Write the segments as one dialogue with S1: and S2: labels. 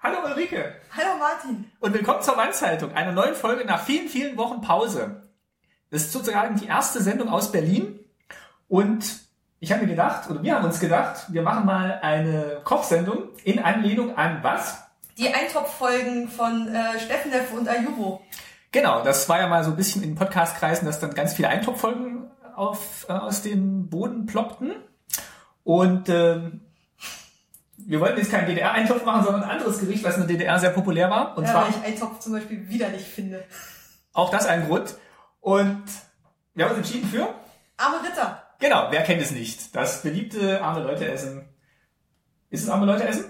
S1: Hallo Ulrike
S2: Hallo Martin.
S1: und willkommen zur Wandzeitung, einer neuen Folge nach vielen, vielen Wochen Pause. Das ist sozusagen die erste Sendung aus Berlin und ich habe mir gedacht, oder wir haben uns gedacht, wir machen mal eine Kochsendung in Anlehnung an was?
S2: Die Eintopffolgen von äh, Steffenef und Ayubo.
S1: Genau, das war ja mal so ein bisschen in Podcast-Kreisen, dass dann ganz viele Eintopffolgen auf, äh, aus dem Boden ploppten. Und ähm, wir wollten jetzt keinen DDR-Eintopf machen, sondern ein anderes Gericht, was in der DDR sehr populär war. Und
S2: Ja,
S1: zwar
S2: Äh, weil ich Eintopf zum Beispiel widerlich finde.
S1: auch das ein Grund. Und wir haben uns entschieden für,
S2: Arme Ritter.
S1: genau, wer kennt es nicht? Das beliebte arme Leute essen. Ist es arme Leute essen?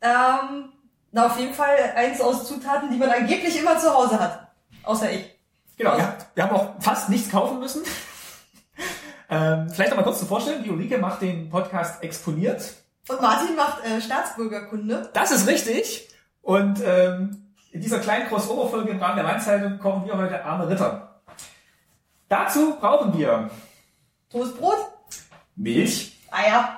S2: Ähm, na, auf jeden Fall eins aus Zutaten, die man angeblich immer zu Hause hat. Außer ich.
S1: Genau, wir, wir haben auch fast nichts kaufen müssen. ähm, vielleicht nochmal kurz zu vorstellen, die Ulrike macht den Podcast exponiert.
S2: Und Martin macht äh, Staatsbürgerkunde.
S1: Das ist richtig. Und ähm, in dieser kleinen Crossover-Folge im Rahmen der Weinzeitung kochen wir heute arme Ritter. Dazu brauchen wir
S2: Toastbrot.
S1: Milch.
S2: Eier.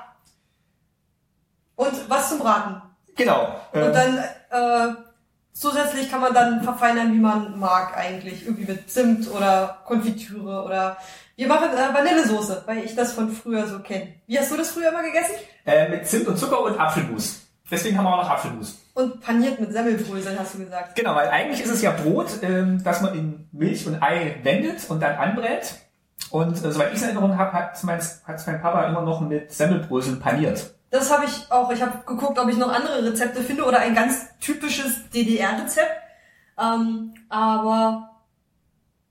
S2: Und was zum Braten.
S1: Genau.
S2: Und
S1: Äh,
S2: dann äh, zusätzlich kann man dann verfeinern, wie man mag eigentlich. Irgendwie mit Zimt oder Konfitüre oder wir machen äh, Vanillesoße, weil ich das von früher so kenne. Wie hast du das früher immer gegessen?
S1: äh, mit Zimt und Zucker und Apfelmus. Deswegen haben wir auch noch Apfelmus.
S2: Und paniert mit Semmelbröseln, hast du gesagt.
S1: Genau, weil eigentlich ist es ja Brot, ähm, das man in Milch und Ei wendet und dann anbrät. Und äh, soweit ich es in Erinnerung habe, hat mein, hat's mein Papa immer noch mit Semmelbröseln paniert.
S2: Das habe ich auch. Ich habe geguckt, ob ich noch andere Rezepte finde oder ein ganz typisches DDR-Rezept. Ähm, aber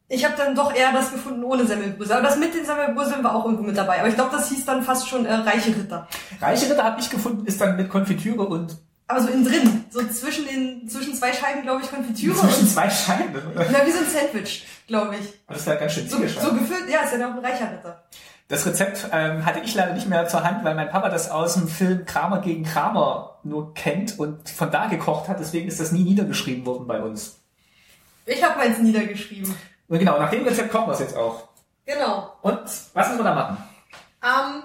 S2: ich habe dann doch eher das gefunden ohne Semmelbrösel. Aber das mit den Semmelbröseln war auch irgendwo mit dabei. Aber ich glaube, das hieß dann fast schon äh, Reiche Ritter.
S1: Reiche Ritter habe ich gefunden, ist dann mit Konfitüre und
S2: Aber so Also innen drin, so zwischen den, zwischen zwei Scheiben, glaube ich, Konfitüre.
S1: zwischen
S2: Und,
S1: zwei Scheiben. Und
S2: na, wie so ein Sandwich, glaube ich.
S1: Das ist halt ganz schön
S2: So,
S1: ziegescheit.
S2: so gefüllt, ja, ist ja noch ein reicher Ritter.
S1: Das Rezept ähm, hatte ich leider nicht mehr zur Hand, weil mein Papa das aus dem Film Kramer gegen Kramer nur kennt und von da gekocht hat. Deswegen ist das nie niedergeschrieben worden bei uns.
S2: Ich habe meins niedergeschrieben.
S1: Und genau, nach dem Rezept kochen wir es jetzt auch.
S2: Genau.
S1: Und was müssen wir da machen?
S2: Ähm,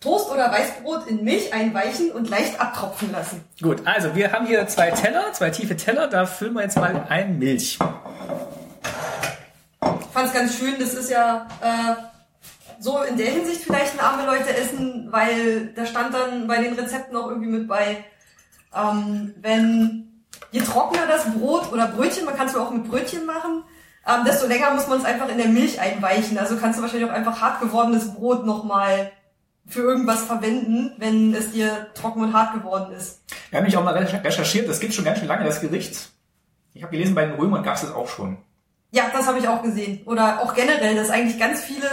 S2: Toast oder Weißbrot in Milch einweichen und leicht abtropfen lassen.
S1: Gut, also wir haben hier zwei Teller, zwei tiefe Teller. Da füllen wir jetzt mal ein Milch.
S2: Ich fand's ganz schön, das ist ja äh, so in der Hinsicht vielleicht ein arme Leute essen, weil da stand dann bei den Rezepten auch irgendwie mit bei, ähm, wenn je trockener das Brot oder Brötchen, man kann es ja auch mit Brötchen machen, ähm, desto länger muss man es einfach in der Milch einweichen. Also kannst du wahrscheinlich auch einfach hart gewordenes Brot nochmal für irgendwas verwenden, wenn es dir trocken und hart geworden ist.
S1: Wir haben mich auch mal recher- recherchiert. Das gibt schon ganz schön lange, das Gericht. Ich habe gelesen, bei den Römern gab es das auch schon.
S2: Ja, das habe ich auch gesehen. Oder auch generell, dass eigentlich ganz viele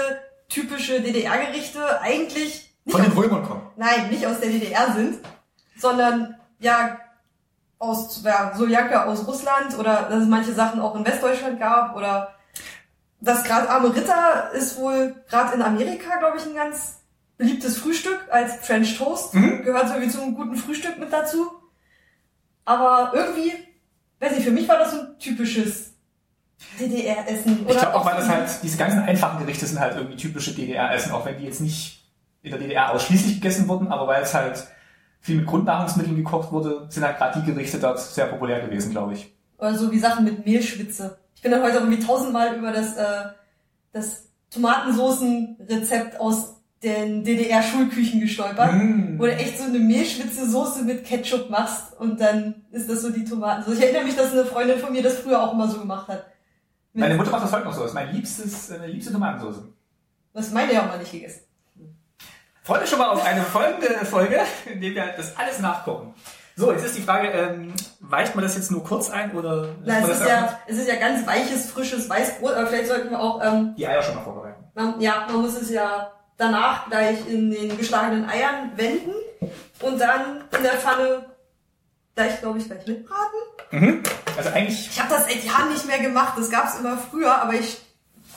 S2: typische DDR-Gerichte eigentlich nicht
S1: Von den Römern kommen.
S2: nein, nicht aus der DDR sind, sondern ja aus ja, Soljanka aus Russland oder dass es manche Sachen auch in Westdeutschland gab oder das gerade arme Ritter ist wohl gerade in Amerika, glaube ich, ein ganz beliebtes Frühstück als French Toast.
S1: Mhm.
S2: Gehört so wie zu einem guten Frühstück mit dazu. Aber irgendwie, weiß nicht, für mich war das so ein typisches DDR-Essen.
S1: Ich glaube auch, weil das halt, diese ganzen einfachen Gerichte sind halt irgendwie typische DDR-Essen, auch wenn die jetzt nicht in der DDR ausschließlich gegessen wurden, aber weil es halt viel mit Grundnahrungsmitteln gekocht wurde, sind halt gerade die Gerichte dort sehr populär gewesen, glaube ich.
S2: Oder so wie Sachen mit Mehlschwitze. Ich bin dann heute auch irgendwie tausendmal über das, äh, das Tomatensoßen-Rezept aus den DDR-Schulküchen
S1: Mhm.
S2: gestolpert.
S1: Mm.
S2: Wo du echt so eine Mehlschwitze-Soße mit Ketchup machst und dann ist das so die Tomatensoße. Ich erinnere mich, dass eine Freundin von mir das früher auch immer so gemacht hat.
S1: Meine Mutter macht das heute noch so, das ist mein liebstes, äh, meine liebste Tomatensauce.
S2: Was meine ja auch mal nicht gegessen.
S1: Freut euch schon mal auf eine folgende Folge, in der wir das alles nachgucken. So, jetzt ist die Frage, ähm, weicht man das jetzt nur kurz ein oder lässt
S2: Na,
S1: man
S2: es
S1: das
S2: ist ja, es ist ja ganz weiches, frisches Weißbrot, aber vielleicht sollten wir auch, ähm,
S1: die Eier schon mal vorbereiten?
S2: Man, ja, man muss es ja danach gleich in den geschlagenen Eiern wenden und dann in der Pfanne gleich, glaube ich, gleich mitbraten.
S1: Also eigentlich
S2: Ich habe das seit Jahren nicht mehr gemacht. Das gab's immer früher, aber ich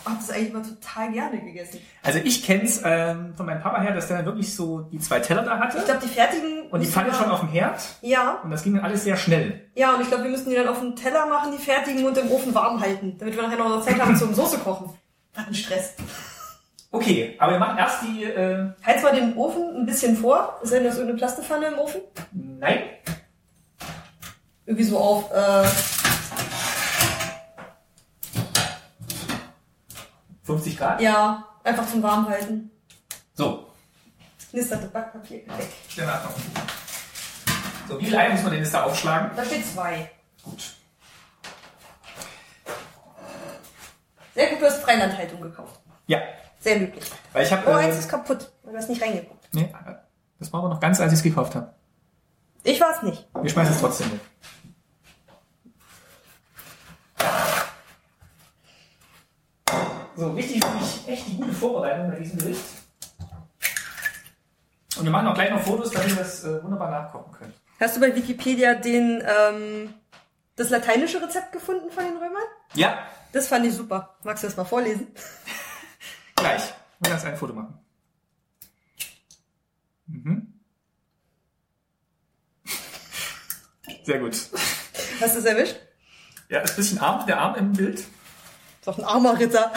S2: habe das eigentlich immer total gerne gegessen.
S1: Also ich kenn's ähm, von meinem Papa her, dass der dann wirklich so die zwei Teller da hatte
S2: Ich glaube, die fertigen...
S1: und die Pfanne schon auf dem Herd
S2: Ja,
S1: und das ging dann alles sehr schnell.
S2: ja, und ich glaube, wir müssen die dann auf den Teller machen, die fertigen, und im Ofen warm halten, damit wir nachher noch Zeit haben zum Soße kochen. Was ein Stress.
S1: Okay, aber wir machen erst die... Äh,
S2: Heiz mal den Ofen ein bisschen vor. Ist denn das irgendeine Plastepfanne im Ofen?
S1: nein,
S2: irgendwie so auf äh,
S1: 50 Grad.
S2: ja, einfach zum Warmhalten.
S1: So.
S2: Knisterte Backpapier weg.
S1: Dann Achtung. So, wie klein muss man den jetzt da aufschlagen?
S2: Da steht zwei.
S1: Gut.
S2: Sehr gut, du hast Freilandhaltung gekauft.
S1: Ja,
S2: Sehr löblich.
S1: weil ich habe.
S2: Oh, eins ist kaputt. Du hast nicht reingeguckt.
S1: nee, das war aber noch ganz, als ich es gekauft habe.
S2: Ich war's nicht.
S1: Wir schmeißen es trotzdem weg. So, wichtig finde ich echt die gute Vorbereitung bei diesem Gericht. Und wir machen auch gleich noch Fotos, damit ihr das äh, wunderbar nachkochen könnt.
S2: Hast du bei Wikipedia den, ähm, das lateinische Rezept gefunden von den Römern?
S1: Ja,
S2: Das fand ich super. Magst du das mal vorlesen?
S1: gleich. Wir lassen ein Foto machen. Mhm. Sehr gut.
S2: Hast du es erwischt?
S1: Ja, ist ein bisschen arm, der Arm im Bild.
S2: Ist doch ein armer Ritter.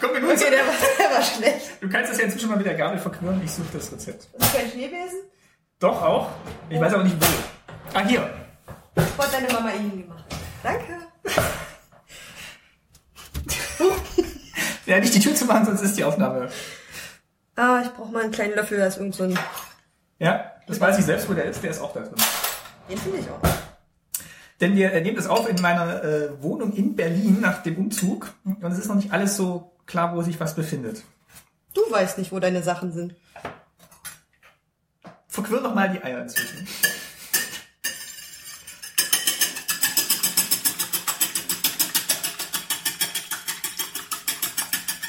S1: Komm, wir nur
S2: Okay, der war, der war schlecht.
S1: Du kannst das ja inzwischen mal mit der Gabel verknurren. Ich suche das Rezept.
S2: Das ist kein Schneebesen?
S1: Doch auch. Ich weiß aber nicht wo. Ah, hier.
S2: Das hat deine Mama ihnen gemacht. Danke.
S1: Ja, nicht die Tür zu machen, sonst ist die Aufnahme.
S2: Ah, ich brauche mal einen kleinen Löffel, da ist irgend so ein...
S1: Ja, das weiß ich selbst, wo der ist. Der ist auch da drin.
S2: Den finde ich auch.
S1: Denn wir äh, nehmen das auf in meiner äh, Wohnung in Berlin nach dem Umzug. Und es ist noch nicht alles so klar, wo sich was befindet.
S2: Du weißt nicht, wo deine Sachen sind.
S1: Verquirr doch mal die Eier inzwischen.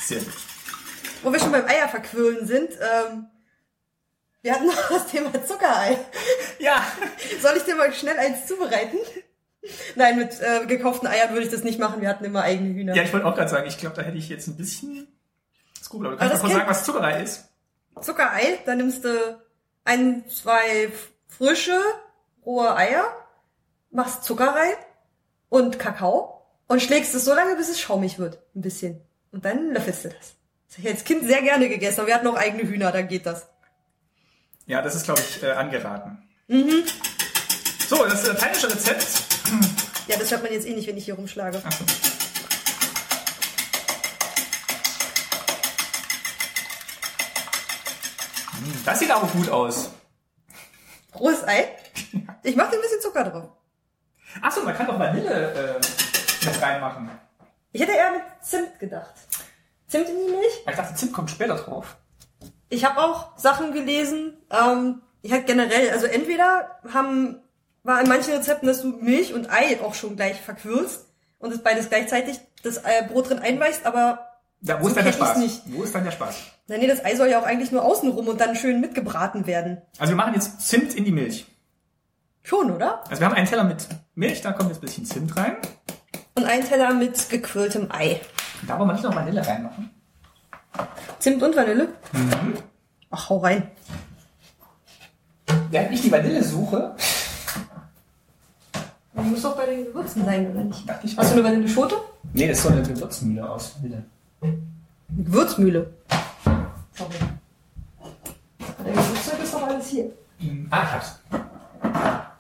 S1: Sehr gut.
S2: Wo wir schon beim Eier verquirlen sind, ähm, wir hatten noch das Thema Zuckerei.
S1: Ja,
S2: Soll ich dir mal schnell eins zubereiten? Nein, mit äh, gekauften Eiern würde ich das nicht machen. Wir hatten immer eigene Hühner.
S1: Ja, ich wollte auch gerade sagen, ich glaube, da hätte ich jetzt ein bisschen Skrupel. Aber du kannst
S2: Aber das
S1: mal kurz
S2: kennt-
S1: sagen, was Zuckerei ist.
S2: Zuckerei, dann nimmst du ein, zwei frische, rohe Eier, machst Zucker rein und Kakao und schlägst es so lange, bis es schaumig wird. Ein bisschen. Und dann löffelst du das. Das habe ich als Kind sehr gerne gegessen, aber wir hatten auch eigene Hühner, da geht das.
S1: Ja, das ist, glaube ich, äh, angeraten. Mhm. So, das lateinische Rezept.
S2: Ja, das hört man jetzt eh nicht, wenn ich hier rumschlage.
S1: Achso. Hm, Das sieht aber gut aus.
S2: Rohes Ei. Ich mache ein bisschen Zucker drauf.
S1: Achso, man kann doch Vanille äh, mit reinmachen.
S2: Ich hätte eher mit Zimt gedacht. Zimt in die Milch?
S1: Ich dachte, Zimt kommt später drauf.
S2: Ich habe auch Sachen gelesen, ähm, ich halt generell, also entweder haben, war in manchen Rezepten, dass du Milch und Ei auch schon gleich verquirlst und es beides gleichzeitig das äh, Brot drin einweichst, aber
S1: Da, wo ist
S2: So
S1: dann der
S2: kenn ich's
S1: Spaß?
S2: nicht.
S1: Wo ist dann der Spaß?
S2: na nee, das Ei soll ja auch eigentlich nur außenrum und dann schön mitgebraten werden.
S1: Also wir machen jetzt Zimt in die Milch.
S2: Schon, oder?
S1: Also wir haben einen Teller mit Milch, da kommt jetzt ein bisschen Zimt rein.
S2: Und einen Teller mit gequirltem Ei.
S1: Darf man nicht noch Vanille reinmachen?
S2: Zimt und Vanille? Ach, hau rein.
S1: Während ich die Vanille suche,
S2: Du musst doch bei den Gewürzen sein, oder nicht?
S1: dachte ich,
S2: Hast
S1: was?
S2: du eine Vanilleschote?
S1: Nee, das ist so eine Gewürzmühle aus Vanille.
S2: Eine Gewürzmühle. Sorry. Bei der Gewürzzeug ist doch alles hier.
S1: Ah, ich hab's.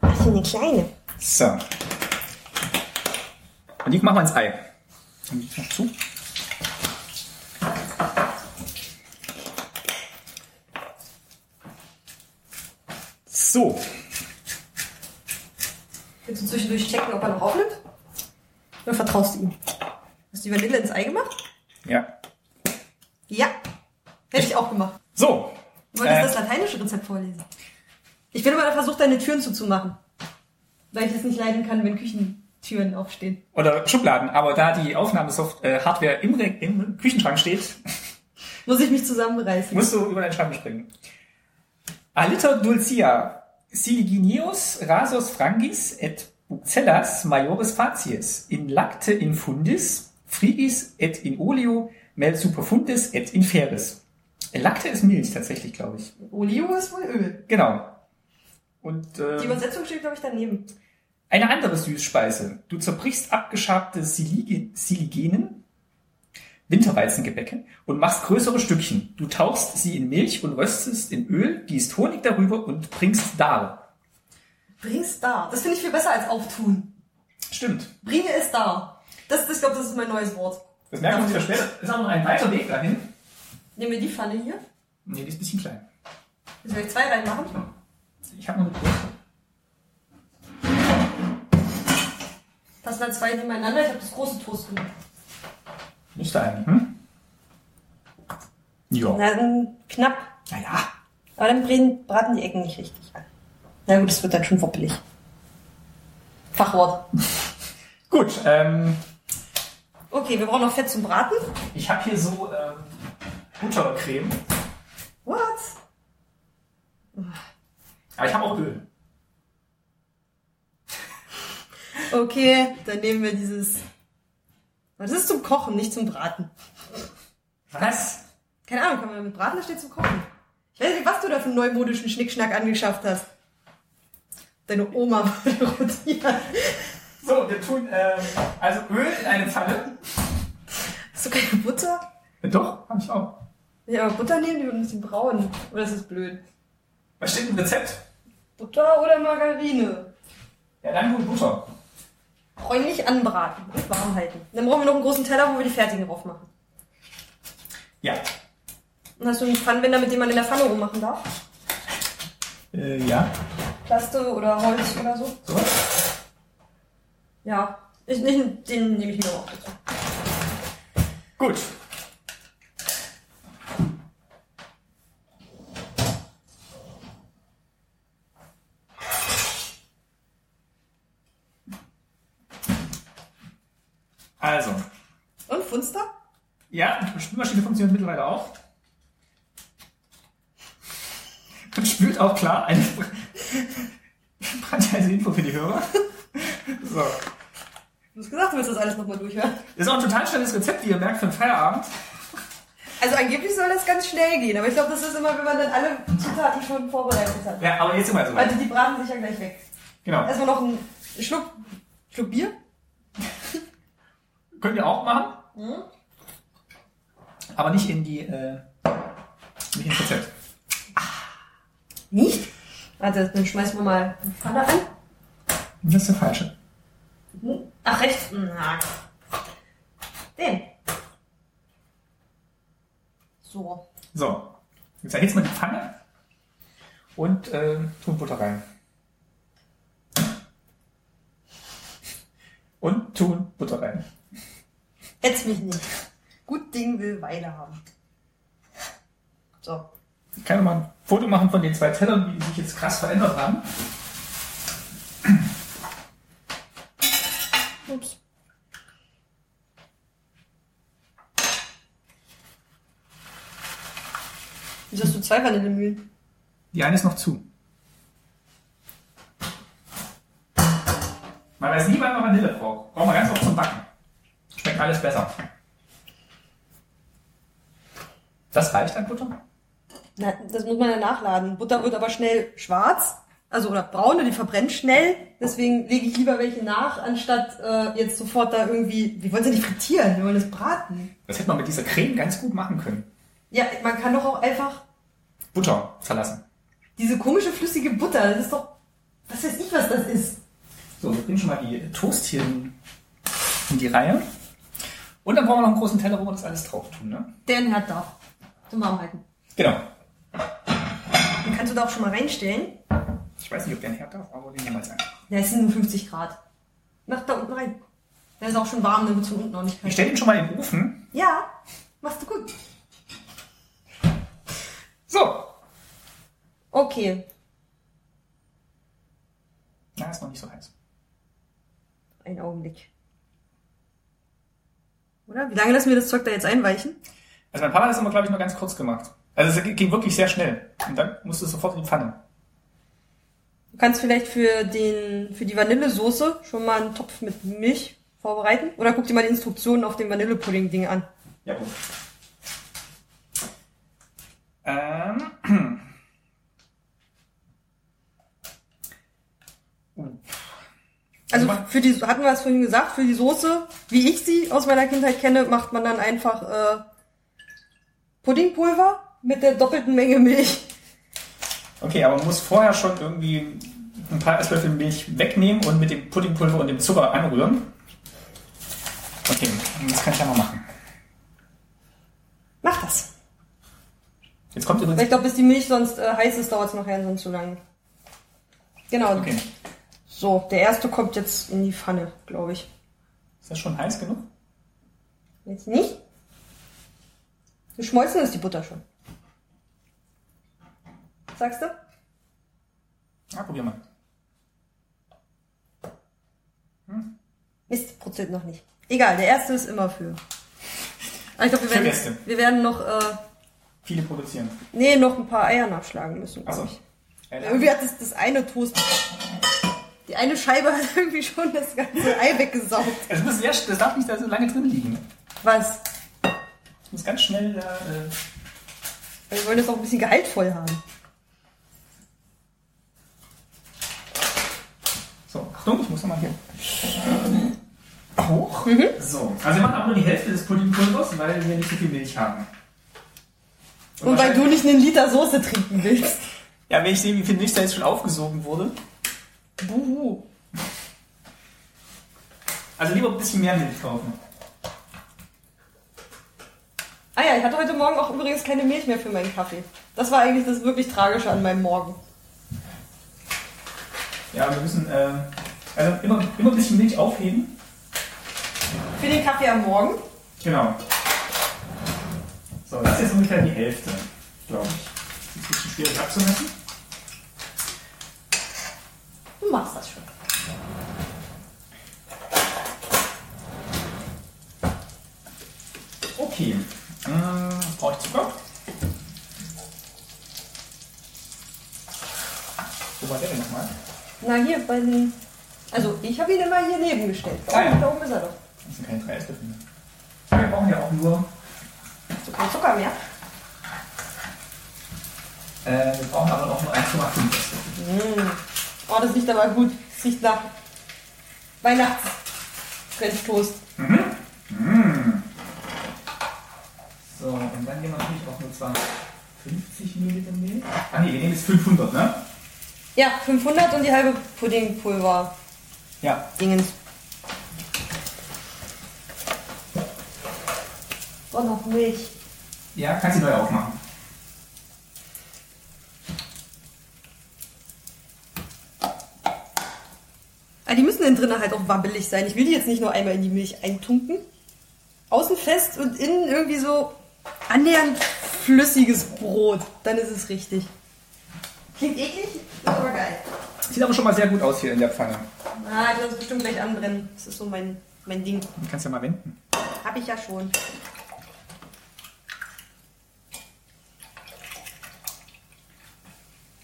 S2: Ach, so eine kleine.
S1: So. Und die machen wir ins Ei. Und die noch zu. So.
S2: Willst du zwischendurch checken, ob er noch aufnimmt? Oder vertraust du ihm? Hast du die Vanille ins Ei gemacht?
S1: Ja.
S2: Ja. Hätte ich auch gemacht.
S1: So.
S2: Du wolltest
S1: Äh.
S2: das lateinische Rezept vorlesen. Ich bin immer der Versuch, deine Türen zuzumachen. Weil ich es nicht leiden kann, wenn Küchentüren aufstehen.
S1: Oder Schubladen. Aber da die Aufnahmesoft-Hardware im, Re- im Küchenschrank steht,
S2: Muss ich mich zusammenreißen.
S1: musst du über deinen Schrank springen. Aliter dulcia siliginius rasus frangis et bucellas maiores facies in lacte in fundis frigis et in oleo mel superfundis et in feris. Lacte ist Milch tatsächlich, glaube ich.
S2: Olio ist wohl Öl.
S1: Genau. Und
S2: Die
S1: äh,
S2: Übersetzung steht, glaube ich, daneben.
S1: eine andere Süßspeise. Du zerbrichst abgeschabte Siligi- Siligenen, Winterweizengebäcke und machst größere Stückchen. Du tauchst sie in Milch und röstest in Öl, gießt Honig darüber und bringst dar.
S3: Bring's da. Das finde ich viel besser als auftun.
S1: Stimmt.
S3: Bringe es da. Das, das, ich glaube, das ist mein neues Wort.
S1: Das merken wir uns ja später. Ist auch noch ein weiter Weg dahin.
S3: Nehmen wir die Pfanne hier.
S1: Nee, die ist ein bisschen klein.
S3: Müssen wir zwei reinmachen?
S1: Ich habe noch eine große.
S3: Passen dann zwei nebeneinander. Ich habe das große Toast gemacht.
S1: Müsste eigentlich, hm? Ja.
S2: Na, ähm, knapp.
S1: Naja.
S2: Aber dann brennen- braten die Ecken nicht richtig an. Na gut, das wird dann schon wobbelig. Fachwort.
S1: Gut, ähm,
S2: Okay, wir brauchen noch Fett zum Braten.
S1: ich habe hier so ähm, Buttercreme.
S3: What?
S1: Aber ich habe auch Öl.
S2: Okay.
S3: Dann nehmen wir dieses.
S2: Das ist zum Kochen, nicht zum Braten.
S1: Was?
S3: Keine Ahnung, kann man damit braten? Da steht zum Kochen.
S2: Ich weiß nicht, was du da für einen neumodischen Schnickschnack angeschafft hast. Deine Oma würde rotieren.
S1: So, wir tun ähm, also Öl in eine Pfanne. Äh,
S2: Hast du keine Butter?
S1: Doch, habe ich auch.
S3: Ja, aber Butter nehmen, die wird ein bisschen braun. Oder ist das blöd?
S1: Was steht im Rezept?
S3: Butter oder Margarine?
S1: Ja, dann gut Butter.
S2: Bräunlich anbraten und warm halten. Dann brauchen wir noch einen großen Teller, wo wir die fertigen drauf machen.
S1: Ja.
S2: Und hast du einen Pfannenwender, mit dem man in der Pfanne rummachen darf?
S1: Äh, ja.
S2: Plaste oder Holz oder so?
S1: So.
S2: Ja. Ich, nicht, den nehme ich mir auch dazu.
S1: Gut. Also,
S2: Und Funster?
S1: ja, die Spülmaschine funktioniert mittlerweile auch. Und spült auch klar eine brandheiße Info für die Hörer. So.
S2: Du hast gesagt, du willst das alles nochmal durchhören.
S1: Ist auch ein total schnelles Rezept, wie ihr merkt, für den Feierabend.
S2: Also angeblich soll das ganz schnell gehen, aber ich glaube, das ist immer, wenn man dann alle Zutaten schon vorbereitet hat.
S1: Ja, aber jetzt sind wir so
S2: Also die braten sich ja gleich weg.
S1: Genau.
S2: Erstmal noch einen Schluck, Schluck Bier.
S1: Könnt ihr auch machen. Aber nicht in die, äh, nicht ins Rezept.
S2: Nicht? Warte, dann schmeißen wir mal die Pfanne an.
S1: Das ist der falsche.
S2: Hm. Ach, rechts. Na. Den. So.
S1: So. Jetzt erhitzt man die Pfanne und äh, tun Butter rein. Und tun Butter rein.
S2: Jetzt mich nicht. Gut Ding will Weile haben. So.
S1: Ich kann mal ein Foto machen von den zwei Tellern, wie die sich jetzt krass verändert haben.
S2: Ups. Wieso hast du zwei Vanillemühlen?
S1: Die eine ist noch zu. Man weiß nie, wann man Vanille braucht. Braucht man ganz oft zum Backen. Schmeckt alles besser. Das reicht an Butter?
S2: Na, das muss man ja nachladen. Butter wird aber schnell schwarz, also oder braune, die verbrennt schnell. Deswegen lege ich lieber welche nach, anstatt äh, jetzt sofort da irgendwie. Wir wollen sie nicht frittieren, wir wollen das braten.
S1: Das hätte man mit dieser Creme ganz gut machen können.
S2: Ja, man kann doch auch einfach
S1: Butter verlassen.
S2: diese komische flüssige Butter, das ist doch. Was weiß ich, was das ist.
S1: So, wir bringen schon mal die Toast hier in, in die Reihe. Und dann brauchen wir noch einen großen Teller, wo wir das alles drauf tun, ne?
S2: Den hat da. Zum Warmhalten.
S1: Genau.
S2: Den kannst du da auch schon mal reinstellen.
S1: Ich weiß nicht, ob der einen Herd darf, aber den nehmen wir jetzt ein.
S2: Ja, es sind nur 50 Grad. Mach da unten rein. Der ist auch schon warm, dann wird's von unten auch nicht
S1: Ich
S2: kalt.
S1: stelle den schon mal in den Ofen.
S2: Ja, machst du gut.
S1: So.
S2: Okay.
S1: Na, ist noch nicht so heiß.
S2: Einen Augenblick. Oder? Wie lange lassen wir das Zeug da jetzt einweichen?
S1: Also mein Papa hat das immer, glaube ich, nur ganz kurz gemacht. Also es ging wirklich sehr schnell. Und dann musste es sofort in die Pfanne.
S2: Du kannst vielleicht für, den, für die Vanillesoße schon mal einen Topf mit Milch vorbereiten. Oder guck dir mal die Instruktionen auf dem Vanillepudding-Ding an.
S1: Ja, gut. Ähm. Uh.
S2: Also für die, hatten wir es vorhin gesagt, für die Soße, wie ich sie aus meiner Kindheit kenne, macht man dann einfach äh, Puddingpulver mit der doppelten Menge Milch.
S1: Okay, aber man muss vorher schon irgendwie ein paar Esslöffel Milch wegnehmen und mit dem Puddingpulver und dem Zucker anrühren. Okay, das kann ich ja mal machen.
S2: Mach das.
S1: Jetzt kommt
S2: Weil ich
S1: übrigens.
S2: glaube, bis die Milch sonst äh, heiß ist, dauert es nachher sonst zu lang. Genau.
S1: Okay.
S2: So, der erste kommt jetzt in die Pfanne, glaube ich.
S1: Ist das schon heiß genug?
S2: Jetzt nicht? Geschmolzen ist die Butter schon. Sagst du?
S1: Ja, Ah, probier mal.
S2: Mist, prozent noch nicht. Egal, der erste ist immer für. Aber ich glaube, wir,
S1: Für
S2: werden-
S1: Gäste.
S2: wir werden noch, äh,
S1: Viele produzieren. Also, äh,
S2: nee, noch ein paar Eier nachschlagen müssen,
S1: Achso.
S2: glaube ich. Irgendwie hat das, das eine Toast. Die eine Scheibe hat irgendwie schon das ganze Ei weggesaugt.
S1: Es muss sehr, Also, das darf nicht da so lange drin liegen.
S2: Was?
S1: Es muss ganz schnell da. Äh,
S2: Wir wollen das auch ein bisschen gehaltvoll haben.
S1: so, Achtung, ich muss nochmal hier. Hoch.
S2: Mhm.
S1: So. Also wir machen auch nur die Hälfte des Puddingpulvers, weil wir nicht so viel Milch haben.
S2: Und, weil du
S1: wahrscheinlich-
S2: nicht einen Liter Soße trinken willst.
S1: Ja, wenn ich sehe, wie viel Milch da jetzt schon aufgesogen wurde. Buhu. Also lieber ein bisschen mehr Milch kaufen.
S2: Ah ja, ich hatte heute Morgen auch übrigens keine Milch mehr für meinen Kaffee. Das war eigentlich das wirklich Tragische an meinem Morgen.
S1: Ja, wir müssen äh, also immer, immer ein bisschen Milch aufheben.
S2: Für den Kaffee am Morgen?
S1: Genau. So, das ist jetzt ungefähr die Hälfte, glaube ich. Ist ein bisschen schwierig abzumessen.
S2: Du machst das schon.
S1: Okay. Ähm, brauche ich Zucker? Wo war der denn nochmal?
S2: Na hier, bei den... Also ich habe ihn immer hier nebengestellt. Da,
S1: Ah ja.
S2: oben- da oben ist er doch.
S1: Das sind keine drei Esslöffel mehr. Wir brauchen ja auch nur,
S2: Hast du keinen Zucker mehr?
S1: äh, wir brauchen aber auch nur 1,5 Esslöffel.
S2: Oh, das riecht aber gut. Das riecht nach Weihnachts French Toast.
S1: Mhm. So, und dann nehmen wir natürlich auch nur 250 Milliliter Mehl. Ah nee, wir nehmen jetzt 500, ne?
S2: Ja, 500 und die halbe Puddingpulver
S1: Ja.
S2: Dingens. Oh, noch Milch.
S1: Ja, kannst du neu aufmachen.
S2: Ah, die müssen denn drinnen halt auch wabbelig sein. Ich will die jetzt nicht nur einmal in die Milch eintunken. Außen fest und innen irgendwie so annähernd flüssiges Brot. Dann ist es richtig. Klingt eklig, ist aber geil.
S1: Sieht aber schon mal sehr gut aus hier in der Pfanne.
S2: Ah, ich lasse es bestimmt gleich anbrennen. Das ist so mein, mein Ding.
S1: Du kannst ja mal wenden.
S2: Hab ich ja schon.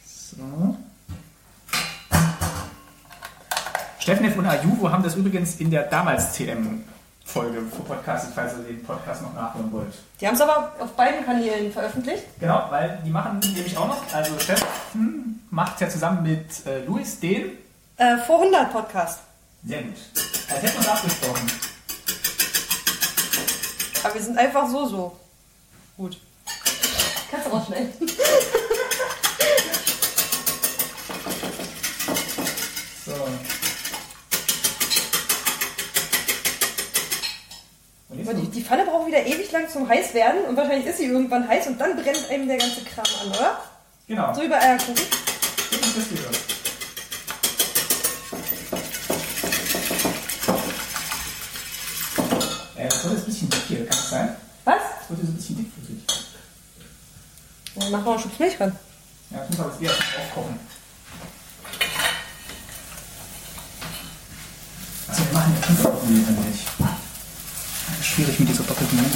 S1: So. Steffnev und Ajuvo haben das übrigens in der damals TM-Folge vor Podcast, falls ihr den Podcast noch nachhören wollt.
S2: Die haben es aber auf beiden Kanälen veröffentlicht.
S1: Genau, weil die machen nämlich auch noch, also Steffen macht ja zusammen mit äh, Luis den.
S2: Äh, vor 100 Podcast.
S1: Sehr gut. Als hätten wir uns abgesprochen.
S2: Aber wir sind einfach so, so. Gut. Kannst du rausschneiden.
S1: So. Und jetzt
S2: Aber die,
S1: noch-
S2: die Pfanne braucht wieder ewig lang zum heiß werden und wahrscheinlich ist sie irgendwann heiß und dann brennt einem der ganze Kram an, oder?
S1: Genau.
S2: So über Eierkuchen.
S1: Jetzt ist das gehört. Äh, das wird jetzt ein bisschen dick hier, kann das sein?
S2: Was?
S1: Das wird jetzt ein bisschen dickflüssig.
S2: Dann machen wir einen Schubs Milch ran.
S1: Ja, das muss aber jetzt eher aufkochen. Also wir machen ja fünf Doppelmilch nicht. Das ist schwierig mit dieser doppelten Menge.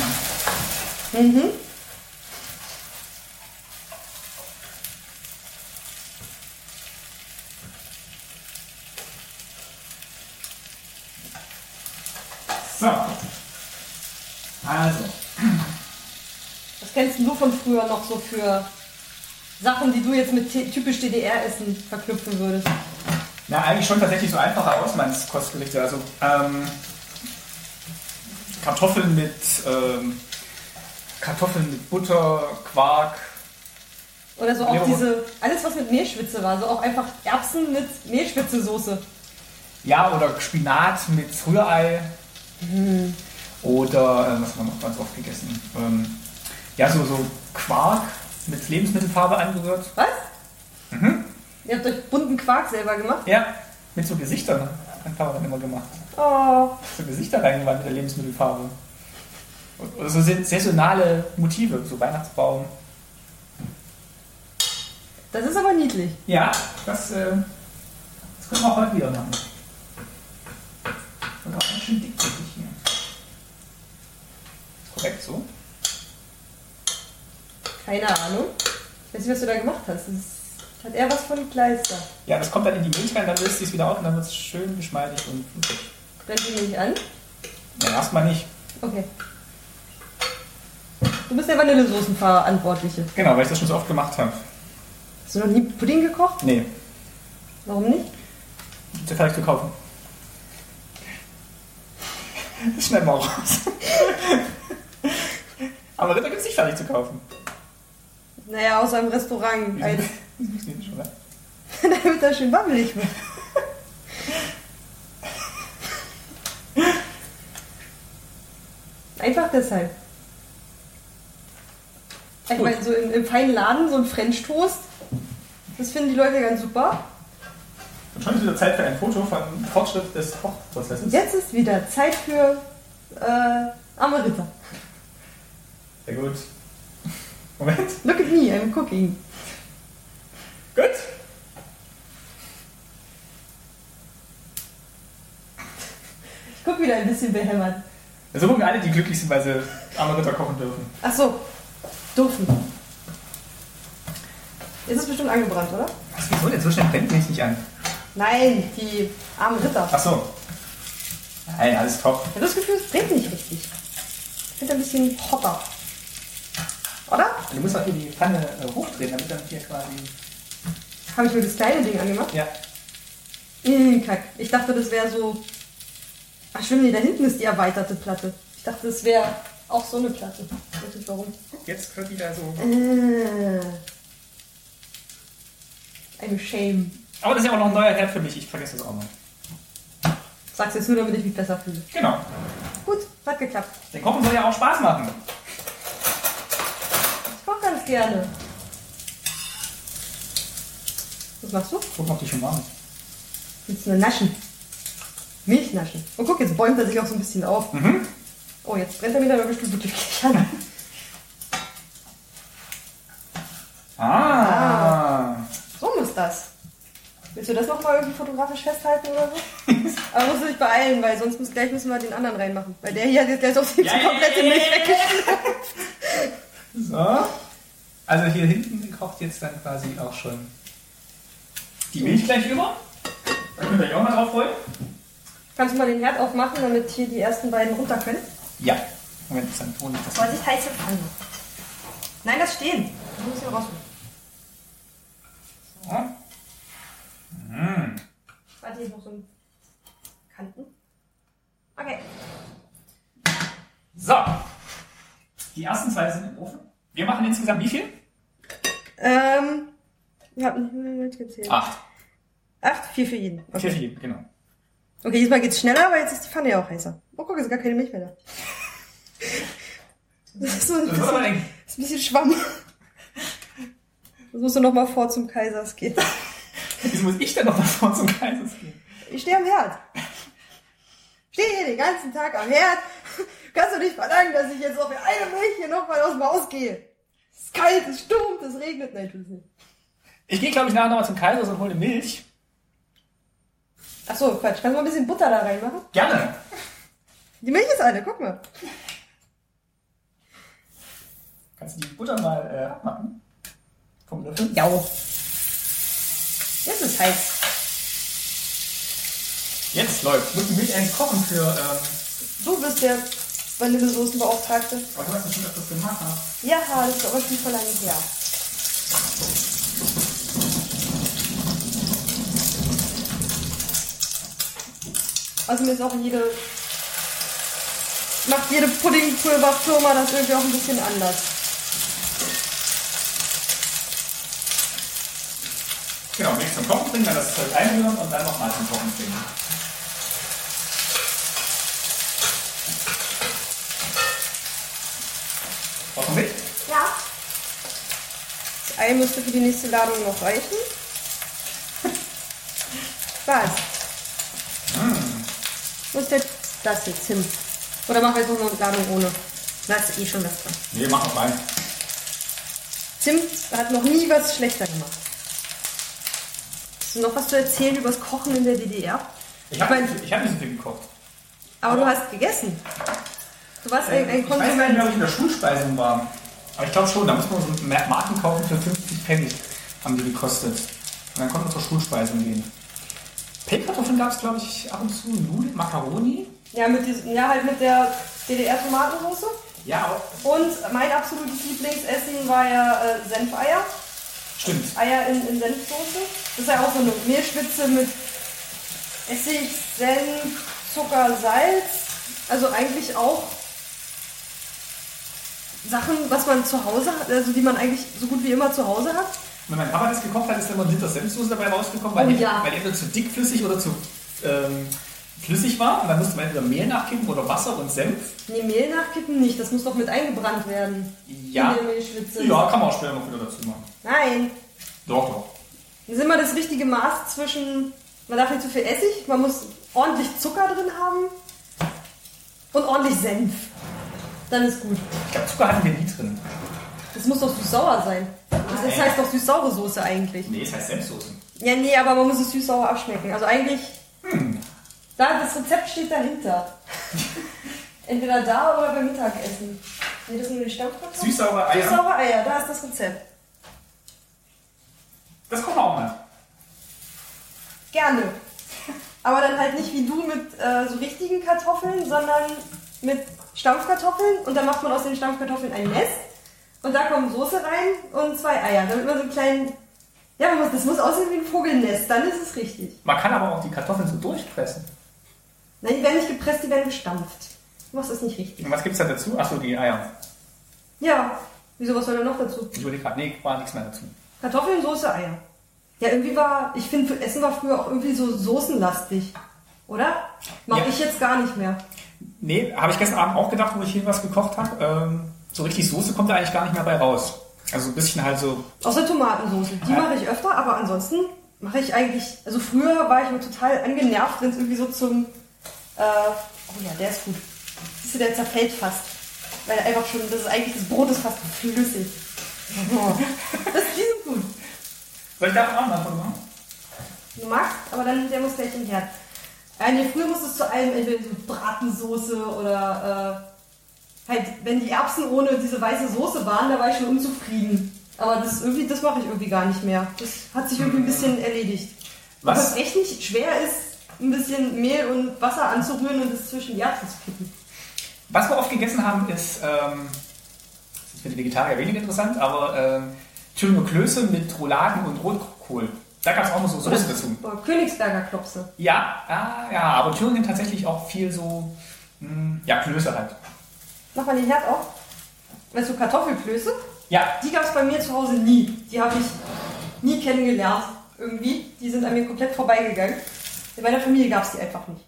S1: So. Also,
S2: Was kennst denn du von früher noch so für Sachen, die du jetzt mit t- typisch DDR-Essen verknüpfen würdest?
S1: Ja, eigentlich schon tatsächlich so einfache Auslandskostgerichte. Also ähm, Kartoffeln mit ähm, Kartoffeln mit Butter, Quark.
S2: Oder so auch
S1: Leberwurst.
S2: diese, alles was mit Mehlschwitze war, so auch einfach Erbsen mit Mehlschwitze-Soße.
S1: Ja, oder Spinat mit Rührei. Oder äh, was haben wir noch ganz oft gegessen? Ähm, ja, so, so Quark mit Lebensmittelfarbe angerührt.
S2: Was? Ihr habt euch bunten Quark selber gemacht?
S1: Ja, mit so Gesichtern. Hat Papa dann immer gemacht.
S2: Oh.
S1: So Gesichter reingemacht mit der Lebensmittelfarbe. Und, und so sind saisonale Motive, so Weihnachtsbaum.
S2: Das ist aber niedlich.
S1: Ja, das, äh, das können wir auch heute wieder machen. Und auch ganz schön dickflüssig hier. Korrekt so.
S2: Keine Ahnung. Ich weiß nicht, was du da gemacht hast. Das ist, hat eher was von Kleister.
S1: Ja, das kommt dann in die Milch rein, dann löst sie es wieder auf und dann wird es schön geschmeidig und flüssig.
S2: Brennt die nicht an?
S1: Ja, erstmal nicht.
S2: Okay. Du bist der Vanillesoßenverantwortliche.
S1: Genau, weil ich das schon so oft gemacht habe.
S2: Hast du noch nie Pudding gekocht?
S1: Nee,
S2: Warum nicht?
S1: der kann ich zu kaufen. Das schneiden wir auch raus. Aber Ritter gibt es nicht fertig zu kaufen.
S2: Naja, außer im Restaurant. Ein-
S1: Funktioniert schon, oder?
S2: Damit das schön wabbelig wird. Einfach deshalb. Ich
S1: Gut.
S2: meine, so im, im feinen Laden so ein French Toast, das finden die Leute ganz super.
S1: Dann schon ist wieder Zeit für ein Foto vom Fortschritt des Kochprozesses.
S2: Jetzt ist wieder Zeit für äh, Amarita.
S1: Sehr gut. Moment.
S2: Look at me, I'm cooking.
S1: Gut.
S2: Ich guck wieder ein bisschen behämmert.
S1: Also gucken alle, die glücklich sind, weil sie arme Ritter kochen dürfen.
S2: Ach so, dürfen. Jetzt ist bestimmt angebrannt, oder?
S1: Was, wieso denn? So schnell brennt mich nicht an.
S2: Nein, die armen Ritter.
S1: Ach so. Nein, alles top.
S2: Ich habe das Gefühl, es brennt nicht richtig. Ich finde ein bisschen hotter. Oder?
S1: Du musst auch hier die Pfanne äh, hochdrehen, damit dann hier quasi...
S2: Habe ich mir das kleine Ding angemacht?
S1: Ja.
S2: Ih, Kack. Ich dachte, das wäre so. Ach, stimmt, nee, da hinten ist die erweiterte Platte. Ich dachte, das wäre auch so eine Platte. Ich weiß nicht warum.
S1: Guck, jetzt wird die da so...
S2: Äh. Ein Shame.
S1: Aber das ist ja auch noch ein neuer Herd für mich. Ich vergesse das auch mal.
S2: Sag's jetzt nur, damit ich mich besser fühle.
S1: Genau.
S2: Gut, hat geklappt.
S1: Der Kochen soll ja auch Spaß machen.
S2: Ich koche ganz gerne. Was machst du?
S1: Guck mal, ob die Oh, schon warm ist.
S2: Willst du eine naschen? Milch naschen. Und guck, jetzt bäumt er sich auch so ein bisschen auf.
S1: Mhm.
S2: Oh, jetzt brennt er wieder aber bestimmt wirklich gleich an.
S1: Ah.
S2: So muss das. Willst du das nochmal irgendwie fotografisch festhalten oder so? Aber musst du dich beeilen, weil sonst muss, gleich müssen wir den anderen reinmachen. Weil der hier hat jetzt gleich auf die
S1: Ja, ja,
S2: komplette
S1: ja, ja,
S2: Milch
S1: ja, ja.
S2: weggeschnitten.
S1: So. Also hier hinten kocht jetzt dann quasi auch schon die Milch gleich über. Da könnt ihr euch auch mal drauf freuen.
S2: Kannst du mal den Herd aufmachen, damit hier die ersten beiden runter können?
S1: Ja. Moment, das ist ein Ton. Das
S2: Vorsicht, heiße Pfanne. Nein, das stehen. Du musst hier rausholen.
S1: ja. Mhm.
S2: Warte, hier ist noch so ein Kanten. Okay.
S1: So. Die ersten zwei sind im Ofen. Wir machen insgesamt wie viel?
S2: Ähm, ich habe nicht mehr mitgezählt.
S1: Acht.
S2: Acht, vier für jeden.
S1: Vier für jeden, genau.
S2: Okay, diesmal geht's schneller, weil jetzt ist die Pfanne ja auch heißer. Oh, guck, es ist gar keine Milch mehr da. Das ist, so ein
S1: Das ist
S2: bisschen,
S1: aber eng.
S2: ist ein bisschen Schwamm. Das musst du nochmal vor zum Kaisers gehen.
S1: Wieso muss ich denn noch mal vor zum Kaisers gehen?
S2: Ich stehe am Herd. Stehe hier den ganzen Tag am Herd. Kannst du nicht verlangen, dass ich jetzt auf eine Milch hier nochmal aus dem Haus gehe? Es ist kalt, es stürmt, es regnet. Nein, tut es nicht.
S1: Ich gehe, glaube ich, nachher nochmal zum Kaisers und hole Milch.
S2: Ach so, Quatsch. Kannst du mal ein bisschen Butter da reinmachen?
S1: Gerne.
S2: Die Milch ist alle, guck mal.
S1: Kannst du die Butter mal äh, abmachen? Vom Löffel.
S2: Ja. Jetzt ist heiß.
S1: Jetzt läuft. Muss die Milch eigentlich kochen für... Ähm,
S2: Du bist der Vanillesoßenbeauftragte.
S1: was hast du schon öfters gemacht? ne?
S2: Ja, das ist aber schon vor lange her. Also mir ist auch jede, macht jede Puddingpulverfirma das irgendwie auch ein bisschen anders.
S1: Genau, nicht zum Kochen bringen, dann das Zeug einrühren und dann nochmal zum Kochen bringen. Kochen mit?
S4: Ja.
S2: Das Ei müsste für die nächste Ladung noch reichen. Was? Hm. Wo ist denn das jetzt hin? Oder mach jetzt noch eine Ladung ohne? Da ist eh schon was dran.
S1: Nee, mach noch rein.
S2: Zimt hat noch nie was schlechter gemacht. Hast du noch was zu erzählen über das Kochen in der DDR?
S1: Ich habe
S2: mein-
S1: nicht, ich hab nicht so viel gekocht.
S2: Aber du hast gegessen. Du warst ein, ein
S1: ich weiß gar
S2: Konsument.
S1: nicht, ob ich in der Schulspeisung war. Aber ich glaube schon, da muss man so einen Mer- Marken kaufen für 50 Pfennig, haben die gekostet. Und dann konnte man zur Schulspeisung gehen. Pellkartoffeln gab es, glaube ich, ab und zu. Nudeln, Macaroni.
S2: Ja, mit diesem, ja, halt mit der DDR-Tomatensauce.
S1: Ja, aber-
S2: Und mein absolutes Lieblingsessen war ja äh, Senfeier.
S1: stimmt.
S2: Eier in, in Senfsoße. Das ist ja auch so eine Mehlschwitze mit Essig, Senf, Zucker, Salz. Also eigentlich auch Sachen, was man zu Hause hat, also die man eigentlich so gut wie immer zu Hause hat.
S1: Wenn mein Papa das gekocht hat, ist immer ein Liter Senfsoße dabei rausgekommen, weil,
S2: Oh
S1: die,
S2: ja.
S1: weil die entweder zu dickflüssig oder zu ähm, flüssig war. Und dann musste man entweder Mehl nachkippen oder Wasser und Senf.
S2: Nee, Mehl nachkippen nicht, das muss doch mit eingebrannt werden.
S1: Ja,
S2: In der Mehlschwitze.
S1: ja kann man auch später noch wieder dazu machen.
S2: Nein.
S1: Doch, doch.
S2: Das ist immer das richtige Maß zwischen, man darf nicht zu viel Essig, man muss ordentlich Zucker drin haben und ordentlich Senf. Dann ist gut.
S1: Ich glaube, Zucker hatten wir nie drin.
S2: Das muss doch süß-sauer sein. Das heißt doch süß-saure Soße eigentlich.
S1: Nee, es heißt Senfsoße.
S2: Ja, nee, aber man muss es süß-sauer abschmecken. Also eigentlich. Da, das Rezept steht dahinter. Entweder da oder beim Mittagessen. Nee, das sind nur die Stammkartoffeln.
S1: Süß-saure Eier.
S2: Süß-saure Eier, da ist das Rezept.
S1: Das kommt auch mal.
S2: Gerne. Aber dann halt nicht wie du mit äh, so richtigen Kartoffeln, sondern mit Stampfkartoffeln. Und dann macht man aus den Stampfkartoffeln ein Nest. Und da kommen Soße rein und zwei Eier. Damit man so einen kleinen. Ja, man muss, das muss aussehen wie ein Vogelnest. Dann ist es richtig.
S1: Man kann aber auch die Kartoffeln so durchpressen.
S2: Nein, die werden nicht gepresst, die werden gestampft. Du machst das nicht richtig.
S1: Und was gibt's da dazu? Achso, die Eier.
S2: Ja. Wieso, was soll da noch dazu?
S1: Ich überlege gerade, nee, war nichts mehr dazu.
S2: Kartoffeln, Soße, Eier. Ja, irgendwie war, ich finde, Essen war früher auch irgendwie so soßenlastig. Oder? Mach
S1: Ja.
S2: ich jetzt gar nicht mehr.
S1: Nee, habe ich gestern Abend auch gedacht, wo ich hier was gekocht habe. Ähm, so richtig Soße kommt da eigentlich gar nicht mehr bei raus. Also ein bisschen halt so
S2: Außer Tomatensoße. Die
S1: Ja.
S2: mache ich öfter, aber ansonsten mache ich eigentlich. Also früher war ich immer total angenervt, wenn es irgendwie so zum. Äh, oh ja, der ist gut. Siehst du, der zerfällt fast. Weil er einfach schon, das ist eigentlich, das Brot ist fast flüssig. das, die sind gut.
S1: Soll ich da auch mal von machen?
S2: Du magst, aber dann der muss gleich in den Herd. Äh, nee, früher musste es zu allem entweder so Bratensoße oder äh, halt, wenn die Erbsen ohne diese weiße Soße waren, da war ich schon unzufrieden. Aber das irgendwie, das mache ich irgendwie gar nicht mehr. Das hat sich irgendwie ein bisschen erledigt.
S1: Was?
S2: Was echt nicht schwer ist, ein bisschen Mehl und Wasser anzurühren und es zwischen die Erbsen zu kippen.
S1: Was wir oft gegessen haben, ist, ähm, das ist für die Vegetarier wenig interessant, aber ähm, Thüringer Klöße mit Rouladen und Rotkohl. Da gab es auch noch so Soße dazu.
S2: Oder Königsberger Klopse.
S1: Ja, ah, ja, aber Thüringen tatsächlich auch viel so, mh, ja, Klöße halt.
S2: Mach mal den Herd auf. Weißt du, Kartoffelklöße?
S1: Ja,
S2: Die gab es bei mir zu Hause nie. Die habe ich nie kennengelernt irgendwie. Die sind an mir komplett vorbeigegangen. In meiner Familie gab es die einfach nicht.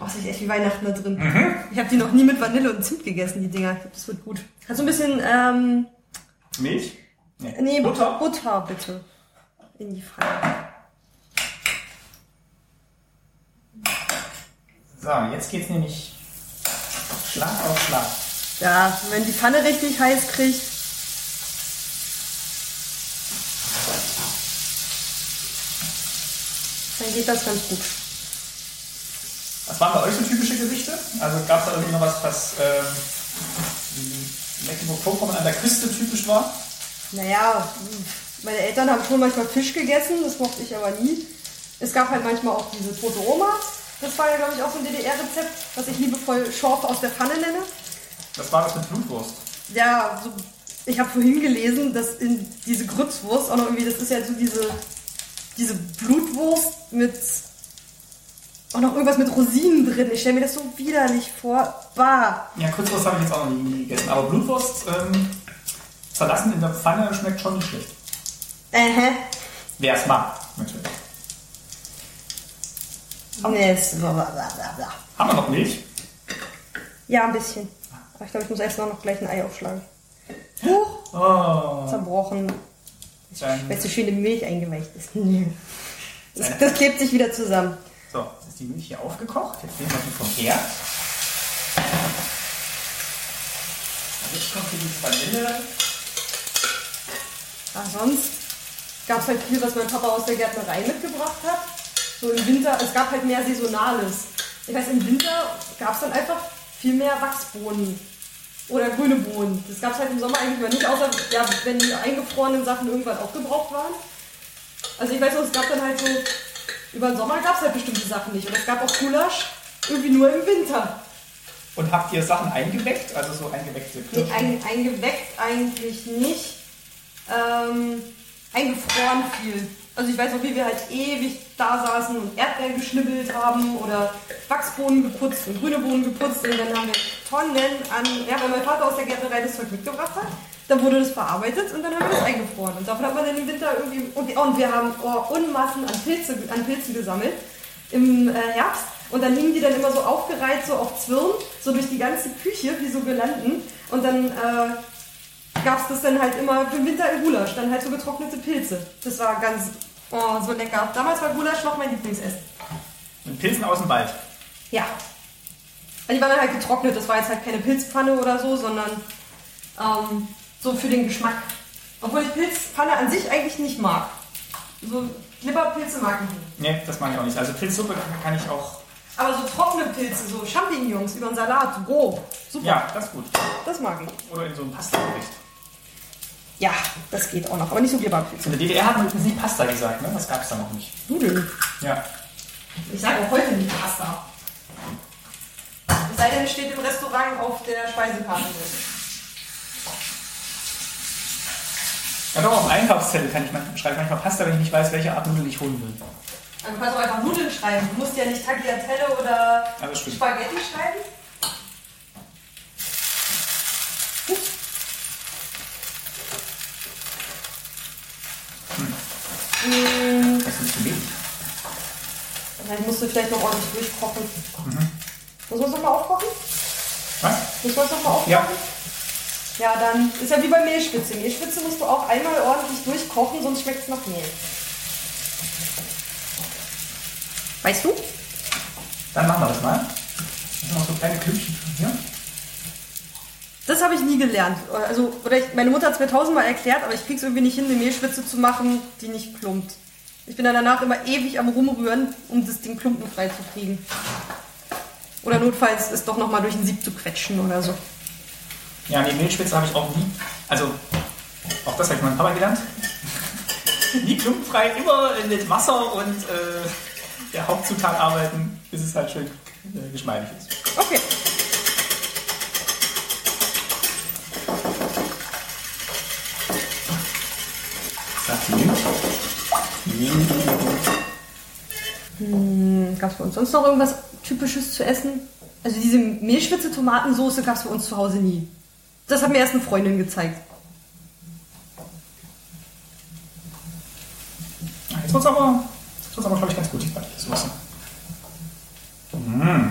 S2: Oh, das ist echt wie Weihnachten da drin. Ich habe die noch nie mit Vanille und Zimt gegessen, die Dinger. Ich glaub, das wird gut. Kannst du ein bisschen, ähm,
S1: Milch? Nee,
S2: nee,
S1: Butter?
S2: Butter bitte. In die Pfanne.
S1: So, jetzt geht's nämlich Schlag auf Schlag.
S2: Ja, wenn die Pfanne richtig heiß kriegt. Dann geht das ganz gut.
S1: Was waren bei euch so typische Gerichte? Also gab es da irgendwie noch was, was ähm, in Mecklenburg-Vorpommern an der Küste typisch war?
S2: Naja, meine Eltern haben schon manchmal Fisch gegessen, das mochte ich aber nie. Es gab halt manchmal auch diese tote Oma. Das war ja, glaube ich, auch so ein DDR-Rezept, was ich liebevoll Schorfe aus der Pfanne nenne.
S1: Das war das mit Blutwurst.
S2: Ja, so, ich habe vorhin gelesen, dass in diese Grützwurst auch noch irgendwie, das ist ja so diese, diese Blutwurst mit Auch noch irgendwas mit Rosinen drin. Ich stelle mir das so widerlich vor. Bah.
S1: Ja, Kurzwurst habe ich jetzt auch noch nie gegessen. Aber Blutwurst ähm, zerlassen in der Pfanne schmeckt schon nicht schlecht.
S2: Ähä.
S1: Wer es mag, natürlich.
S2: Nee, ist blablabla.
S1: Haben wir noch Milch?
S2: Ja, ein bisschen. Aber ich glaube, ich muss erst noch gleich ein Ei aufschlagen. Huch,
S1: Oh,
S2: zerbrochen. Weil
S1: dann,
S2: es so schön in Milch eingeweicht ist. Das, das klebt sich wieder zusammen.
S1: so, ist die Milch hier aufgekocht. Jetzt nehmen wir die vom Herd. Und Jetzt kommt Also hier die Vanille.
S2: Ach, sonst gab es halt viel, was mein Papa aus der Gärtnerei mitgebracht hat. So im Winter, es gab halt mehr Saisonales. Ich weiß, im Winter gab es dann einfach viel mehr Wachsbohnen oder grüne Bohnen. Das gab es halt im Sommer eigentlich mal nicht, außer ja, wenn die eingefrorenen Sachen irgendwann aufgebraucht waren. Also ich weiß noch, es gab dann halt so, über den Sommer gab es halt bestimmte Sachen nicht. Und es gab auch Gulasch irgendwie nur im Winter.
S1: Und habt ihr Sachen eingeweckt? Also so eingeweckte
S2: Nee,
S1: Kirschen?
S2: ein, eingeweckt eigentlich nicht. Ähm, eingefroren viel. Also ich weiß noch, wie wir halt ewig da saßen und Erdbeeren geschnibbelt haben oder Wachsbohnen geputzt und grüne Bohnen geputzt und dann haben wir Tonnen an, ja, weil mein Vater aus der Gärtnerei das Zeug mitgebracht hat, dann wurde das verarbeitet und dann haben wir das eingefroren. Und davon hat man dann im Winter irgendwie, und, wir- oh, und wir haben oh, Unmassen an, Pilze, an Pilzen gesammelt im äh, Herbst und dann hingen die dann immer so aufgereiht, so auf Zwirn, so durch die ganze Küche, wie so Girlanden und dann... Äh, gab es das dann halt immer für den Winter im Gulasch, dann halt so getrocknete Pilze. Das war ganz, oh, so lecker. Damals war Gulasch noch mein Lieblingsessen.
S1: Mit Pilzen aus dem Wald.
S2: Ja. Also die waren dann halt getrocknet, das war jetzt halt keine Pilzpfanne oder so, sondern ähm, so für den Geschmack. Obwohl ich Pilzpfanne an sich eigentlich nicht mag. So Glibberpilze mag ich nicht.
S1: Nee, das mag ich auch nicht. Also Pilzsuppe kann ich auch.
S2: Aber so trockene Pilze, so Champignons über einen Salat, roh, super,
S1: Ja, das ist gut.
S2: das mag ich.
S1: Oder in so einem Pasta-Gericht.
S2: Ja, das geht auch noch, aber nicht so Glibberpilze.
S1: In der DDR hat man übrigens nie Pasta gesagt, ne? Das gab es da noch nicht.
S2: Nudeln.
S1: Ja.
S3: Ich sage auch heute nicht Pasta. Es sei denn, es steht im Restaurant auf der Speisekarte.
S1: Ja, doch, auf dem Einkaufszettel kann ich manchmal, schreibe ich manchmal Pasta, wenn ich nicht weiß, welche Art Nudel ich holen will.
S3: Also du kannst auch einfach Nudeln schreiben. Du musst ja nicht Tagliatelle oder
S1: Ja, das stimmt.
S3: Spaghetti schreiben.
S1: Das ist ein bisschen wenig.
S2: Dann musst du vielleicht noch ordentlich durchkochen. Muss man es nochmal aufkochen?
S1: Was?
S2: Muss man es nochmal aufkochen?
S1: Ja.
S2: Ja, dann ist ja wie bei Mehlspitze. Mehlspitze musst du auch einmal ordentlich durchkochen, sonst schmeckt es nach Mehl. Weißt du?
S1: Dann machen wir das mal. Das sind noch so kleine Klümpchen drin hier.
S2: Das habe ich nie gelernt. Also, oder ich, meine Mutter hat es mir tausendmal erklärt, aber ich krieg's irgendwie nicht hin, eine Mehlspitze zu machen, die nicht klumpt. Ich bin dann danach immer ewig am Rumrühren, um das Ding klumpenfrei zu kriegen. Oder notfalls es doch nochmal durch ein Sieb zu quetschen oder so.
S1: Ja, die Mehlspitze habe ich auch nie. Also, auch das habe ich meinem Papa gelernt. nie klumpfrei, immer mit Wasser und äh, der Hauptzutat arbeiten, bis es halt schön äh, geschmeidig ist.
S2: Okay.
S1: Sagt die Milch. Milch.
S2: Gab es Hm, bei uns sonst noch irgendwas Typisches zu essen? Also diese Mehlschwitze-Tomatensoße gab es bei uns zu Hause nie. Das hat mir erst eine Freundin gezeigt.
S1: Jetzt wird es aber, jetzt wird's aber glaube ich, ganz gut, die Soße. Mm.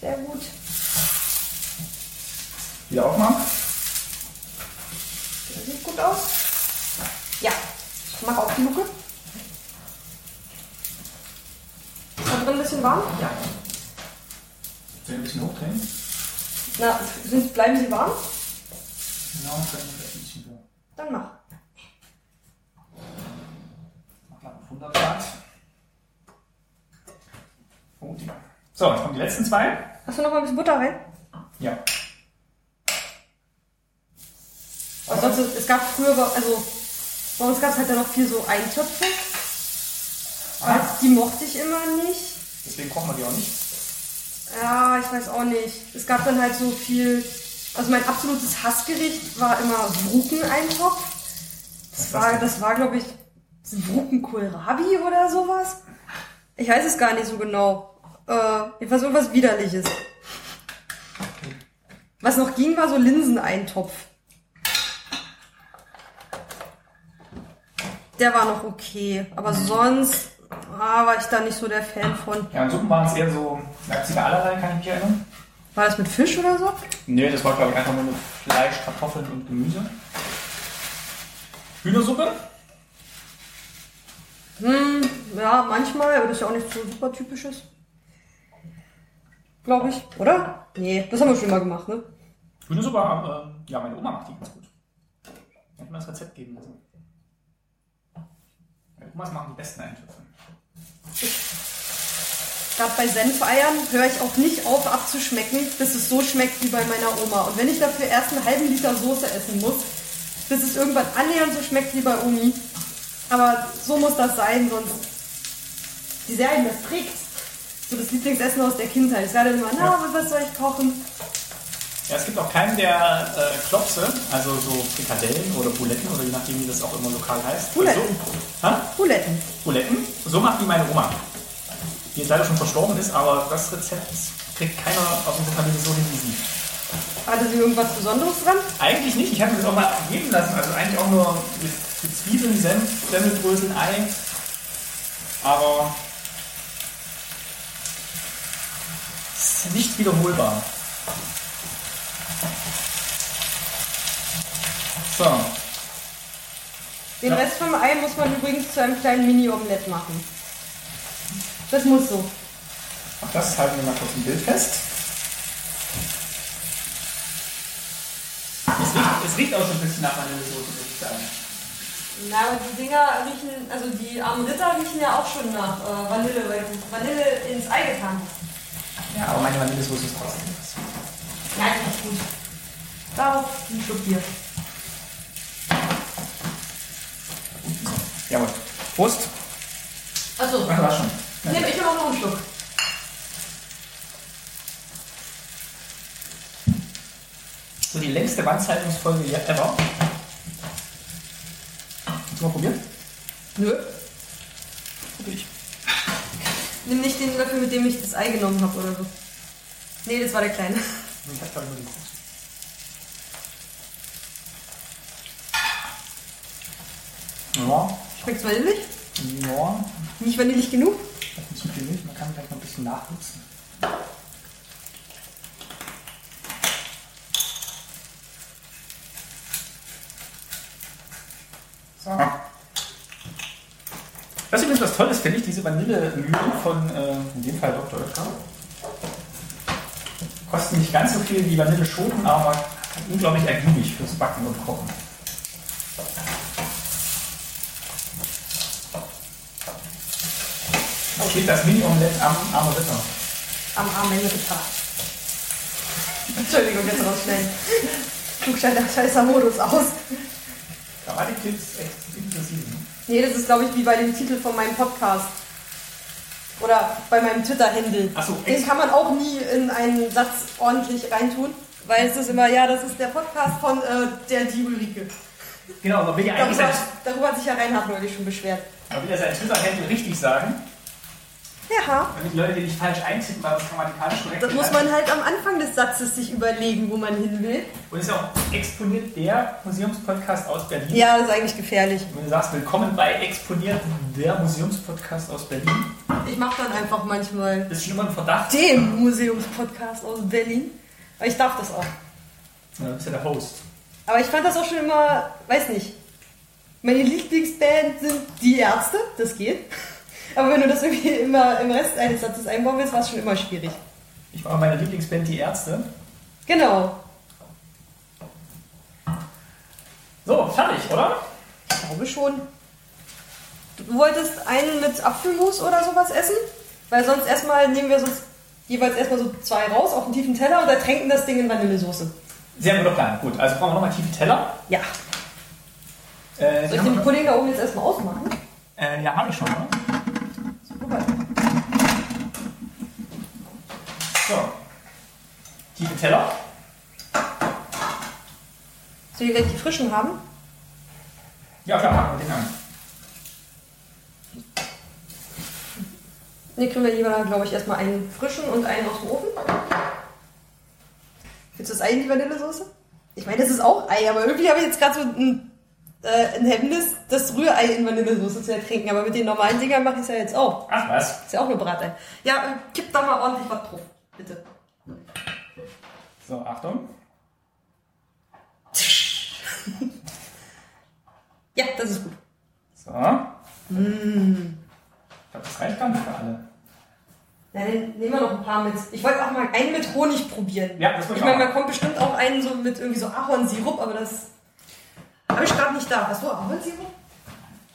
S2: Sehr gut.
S1: Wieder aufmachen.
S2: Das sieht gut aus. Ja, ich mache auch die Luke. Ist da drin ein bisschen warm? Ja.
S1: Soll ich ein bisschen hochdrehen?
S2: Na, sind, bleiben sie warm?
S1: Genau, können wir vielleicht ein bisschen höher.
S2: Dann mach.
S1: Mach mal auf 100 Grad. Oh, die. So, jetzt kommen die letzten zwei.
S2: Hast du noch mal ein bisschen Butter rein?
S1: Ja.
S2: Aber sonst, es gab früher, bei- also bei uns gab es halt dann noch viel so Eintöpfe.
S1: Ah,
S2: Die mochte ich immer nicht.
S1: deswegen kochen wir die auch nicht.
S2: Ja, ich weiß auch nicht. Es gab dann halt so viel. Also mein absolutes Hassgericht war immer Wrukeneintopf.
S1: Was ist das
S2: Das war,
S1: denn?
S2: das war glaube ich, Wrukenkohlrabi oder sowas. Ich weiß es gar nicht so genau. Äh, jedenfalls irgendwas Widerliches. Was noch ging, war so Linseneintopf. Der war noch okay. Aber sonst ah, war ich da nicht so der Fan von.
S1: Ja, und Suppen waren es eher so Leipziger allerlei, kann ich mich erinnern.
S2: War das mit Fisch oder so?
S1: Nee, das war, glaube ich, einfach nur mit Fleisch, Kartoffeln und Gemüse. Hühnersuppe?
S2: Hm, ja, manchmal, aber das ist ja auch nicht so super typisches. Glaube ich, oder? Nee, das haben wir schon mal gemacht, ne?
S1: Hühnersuppe, ähm, ja, meine Oma macht die ganz gut. Ich kann mir das Rezept geben lassen. Meine Omas machen die besten Eintöpfe.
S2: Gerade bei Senfeiern höre ich auch nicht auf abzuschmecken, bis es so schmeckt wie bei meiner Oma. Und wenn ich dafür erst einen halben Liter Soße essen muss, bis es irgendwann annähernd so schmeckt wie bei Omi. Aber so muss das sein, sonst die Serien, das trägt. So das Lieblingsessen aus der Kindheit. Ich werde immer, na,
S1: Ja.
S2: was soll ich kochen?
S1: Ja, es gibt auch keinen, der äh, Klopse, also so Frikadellen oder Buletten oder je nachdem, wie das auch immer lokal heißt.
S2: Buletten.
S1: So, hä?
S2: Buletten.
S1: Buletten. So macht die meine Oma. Die jetzt leider schon verstorben ist, aber das Rezept kriegt keiner aus unserer Familie so hin wie sie.
S2: Hatte sie irgendwas Besonderes dran?
S1: Eigentlich nicht, ich habe mir das auch mal geben lassen. Also eigentlich auch nur mit, mit Zwiebeln, Senf, Semmelbröseln, Ei. Aber es ist nicht wiederholbar. So,
S2: Den
S1: Ja.
S2: Rest vom Ei muss man übrigens zu einem kleinen Mini-Omelett machen. Das muss so.
S1: auch das halten wir mal kurz im Bild fest. Es riecht, es riecht auch schon ein bisschen nach Vanillesoße, würde ich sagen.
S3: Na, aber die Dinger riechen, also die armen Ritter riechen ja auch schon nach äh, Vanille, weil du Vanille ins Ei getan hast.
S1: Ja, aber meine Vanillesoße ist trotzdem was.
S3: Ja, die ist gut. Darauf ein Schluck Bier.
S1: Jawohl. Prost.
S3: Achso,
S1: Ach, war schon. Ja.
S3: nehme ich nehme auch noch einen Schluck.
S1: So die längste Wandzeitungsfolge yet ever. Hast du mal probiert?
S2: Nö.
S1: Probier ich.
S2: Nimm nicht den Löffel, mit dem ich das Ei genommen habe oder so. Nee, das war der kleine.
S1: Ich hab glaube ich nur den großen. Ja,
S2: Schmeckt's vanillig?
S1: ja,
S2: Nicht vanillig genug?
S1: das ist zu viel Milch, man kann gleich noch ein bisschen nachwuchsen. So. Ah. Das ist übrigens was Tolles, finde ich, diese Vanillemühlen von, äh, in dem Fall Dr. Oetker. Kosten nicht ganz so viel wie Vanilleschoten, aber unglaublich ergiebig fürs Backen und Kochen. Da steht das Mini-Omelett am Arme Ritter.
S2: Am Arm Ende gebracht. Entschuldigung, jetzt rausschneiden. Guck, schalt der scheißer Modus aus.
S1: Karate-Clips echt inklusive. ne?
S2: Nee, das ist, glaube ich, wie bei dem Titel von meinem Podcast. Oder bei meinem Twitter-Händel.
S1: Ach so,
S2: Den
S1: echt?
S2: kann man auch nie in einen Satz ordentlich reintun, weil es ist immer, ja, das ist der Podcast von äh, der die Ulrike.
S1: Genau, aber will ja eigentlich
S2: Darüber,
S1: sein,
S2: darüber hat sich ja Reinhard neulich schon beschwert.
S1: aber will ja sein Twitter-Handle richtig sagen,
S2: Ja,
S1: damit die Leute nicht falsch eintippen, weil das grammatikalisch korrekt
S2: das muss
S1: bleibt.
S2: man halt am Anfang des Satzes sich überlegen, wo man hin will.
S1: Und ist ja auch exponiert der Museumspodcast aus Berlin.
S2: Ja, das ist eigentlich gefährlich.
S1: Wenn du sagst, willkommen bei Exponiert, der Museumspodcast aus Berlin,
S2: Ich mache dann einfach manchmal
S1: ist schon immer ein Verdacht.
S2: dem Museumspodcast aus Berlin. Aber ich darf das auch.
S1: Ja, Du bist ja der Host.
S2: Aber ich fand das auch schon immer, weiß nicht. Meine Lieblingsband sind die Ärzte, das geht. Aber wenn du das irgendwie immer im Rest eines Satzes einbauen willst, war es schon immer schwierig.
S1: Ich war meine Lieblingsband, die Ärzte.
S2: Genau.
S1: So, fertig, oder?
S2: Ich glaube schon. Du wolltest einen mit Apfelmus oder sowas essen? Weil sonst erstmal nehmen wir sonst jeweils erstmal so zwei raus auf den tiefen Teller und ertränken das Ding in Vanillesoße.
S1: Sehr guter Plan. Gut, also brauchen wir nochmal tiefe Teller.
S2: Ja.
S1: Äh, die
S2: Soll ich
S1: haben
S2: den
S1: wir-
S2: Pudding da oben jetzt erstmal ausmachen?
S1: äh, ja, habe ich schon. Ne?
S2: Super.
S1: So. Tiefe Teller.
S2: Soll ich gleich die frischen haben?
S1: Ja, klar, packen wir den an.
S2: Ne, kriegen wir lieber, glaube ich, erstmal einen frischen und einen aus dem Ofen. Willst du das Ei in die Vanillesoße? Ich meine, das ist auch Ei, aber irgendwie habe ich jetzt gerade so ein, äh, ein Hemmnis, das Rührei in Vanillesoße zu ertrinken. Aber mit den normalen Dingern mache ich es ja jetzt auch.
S1: Ach was.
S2: Ist ja ähm, auch nur Bratei.
S3: Ja, äh, kipp da mal ordentlich was drauf. Bitte.
S1: So, Achtung.
S2: Ja, das ist gut.
S1: So. Ich glaube, das reicht gar nicht für alle.
S2: Na, dann nehmen wir noch ein paar mit. Ich wollte auch mal einen mit Honig probieren.
S1: Ja, das wollte
S2: ich
S1: ich auch
S2: meine,
S1: mal.
S2: man kommt bestimmt auch einen so mit irgendwie so Ahornsirup, aber das habe ich gerade nicht da. Hast du Ahornsirup?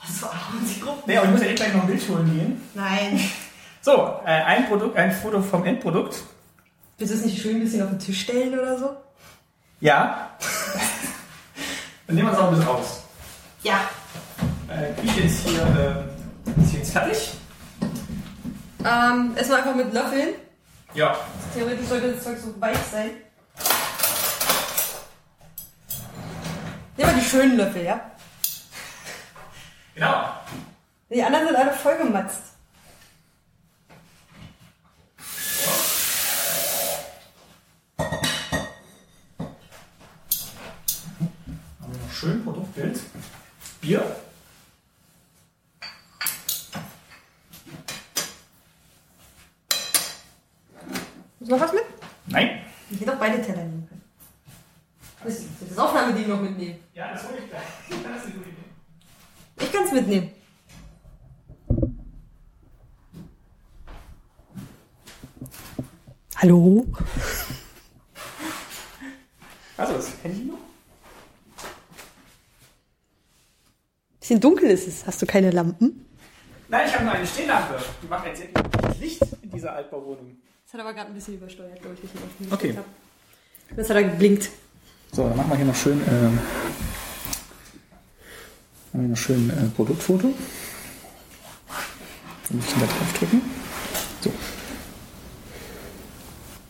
S3: Hast du Ahornsirup?
S1: Nee, aber ich muss ja eh gleich noch Milch holen gehen.
S2: Nein.
S1: So, äh, ein Produkt, ein Foto vom Endprodukt.
S2: Willst du es nicht schön ein bisschen auf den Tisch stellen oder so?
S1: Ja. Dann nehmen wir es auch ein bisschen raus.
S3: Ja.
S1: Äh, Küche ist hier, äh, ist hier jetzt fertig.
S2: Ähm, erstmal einfach mit Löffeln.
S1: Ja.
S2: Theoretisch sollte das Zeug so weich sein. Nehmen wir die schönen Löffel, ja?
S1: Genau.
S2: Die anderen sind alle vollgematzt.
S1: Haben wir noch schön Produktbild. Bier.
S2: Muss noch was mit?
S1: Nein.
S2: Ich hätte auch beide Teller nehmen können. Muss ich das Aufnahmeding noch mitnehmen?
S1: Ja, das hole ich gleich. Das ist eine gute Idee.
S2: Ich kann es mitnehmen. Hallo?
S1: Also, das Handy noch?
S2: Bisschen dunkel ist es. Hast du keine Lampen?
S1: Nein, ich habe nur eine Stehlampe. Die macht ein sehr gutes Licht in dieser Altbauwohnung.
S2: Das hat aber gerade ein bisschen übersteuert, glaube ich. dass ich auf den
S1: Okay.
S2: Licht hab. Das hat er geblinkt.
S1: So, dann machen wir hier noch schön, ähm, machen wir noch schön äh, Produktfoto. Ein bisschen da drauf drücken. So.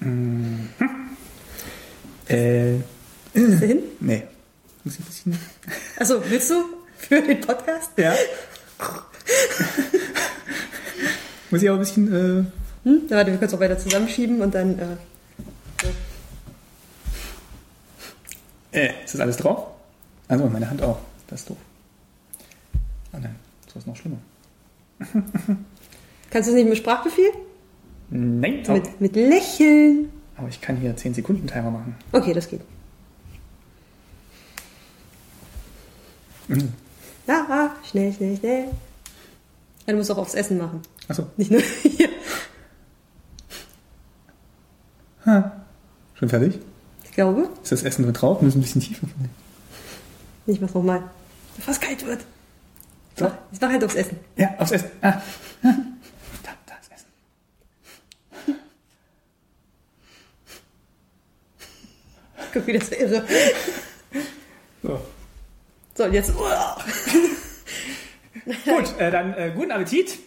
S1: Mhm. Äh,
S2: Ist er hin?
S1: nee. Muss ich ein bisschen.
S2: Achso, Also, willst du? Für den Podcast?
S1: Ja. Muss ich auch ein bisschen. Äh,
S2: Hm? Na, warte, wir können es auch weiter zusammenschieben und dann. Äh,
S1: Äh, ist das alles drauf? Also meine Hand auch. Das ist doof. Ah nein, so ist noch schlimmer.
S2: kannst du es nicht mit Sprachbefehl?
S1: Nein,
S2: Mit, mit Lächeln.
S1: aber ich kann hier 10 Sekunden Timer machen.
S2: Okay, das geht.
S1: Mhm.
S2: Ah, ah, schnell, schnell, schnell. Ja, du musst auch aufs Essen machen.
S1: Achso,
S2: Nicht nur hier.
S1: schon fertig?
S2: Ich glaube.
S1: Ist das Essen mit drauf? Müssen ein bisschen tiefer von
S2: Ich mach's nochmal. Bevor es kalt wird. Ich mach, ich mach halt aufs Essen.
S1: Ja, aufs Essen. Ah. Da, da ist Essen.
S2: Guck, wie das wäre.
S1: So.
S2: So, und jetzt. Uah.
S1: Gut, äh, dann äh, guten Appetit.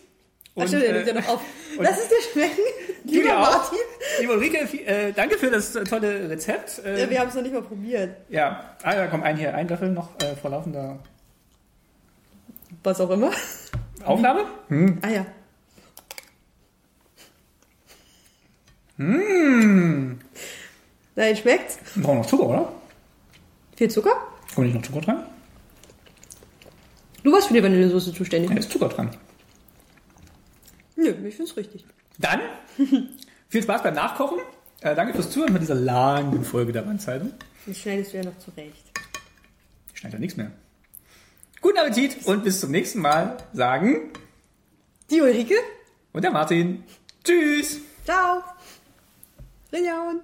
S1: Und,
S2: Ach, stimmt, der
S1: äh,
S2: nimmt ja noch auf.
S1: und- Genau.
S2: Lass es dir schmecken.
S1: Julia
S2: Lieber
S1: auch.
S2: Martin.
S1: Liebe Ulrike, vi- äh, danke für das äh, tolle Rezept.
S2: Ja,
S1: Äh,
S2: wir haben es noch nicht mal probiert.
S1: ja, ah, da kommt ein hier, ein Löffel noch äh, vor laufender
S2: Was auch immer.
S1: Aufnahme. Mhm.
S2: Ah ja.
S1: Mmh.
S2: Nein, schmeckt's?
S1: Brauchen noch Zucker, oder?
S2: Viel Zucker?
S1: Kommt nicht noch Zucker dran?
S2: Du warst für die Vanillesoße zuständig.
S1: Da ist Zucker dran.
S2: Nö, ich find's richtig.
S1: Dann viel Spaß beim Nachkochen. Äh, danke fürs Zuhören bei dieser langen Folge der Wahnseitung.
S2: Das schneidest du ja noch zurecht.
S1: Ich schneide ja nichts mehr. Guten Appetit und bis zum nächsten Mal, sagen
S2: Die Ulrike?
S1: und der Martin. Tschüss!
S2: Ciao. Reinhauen.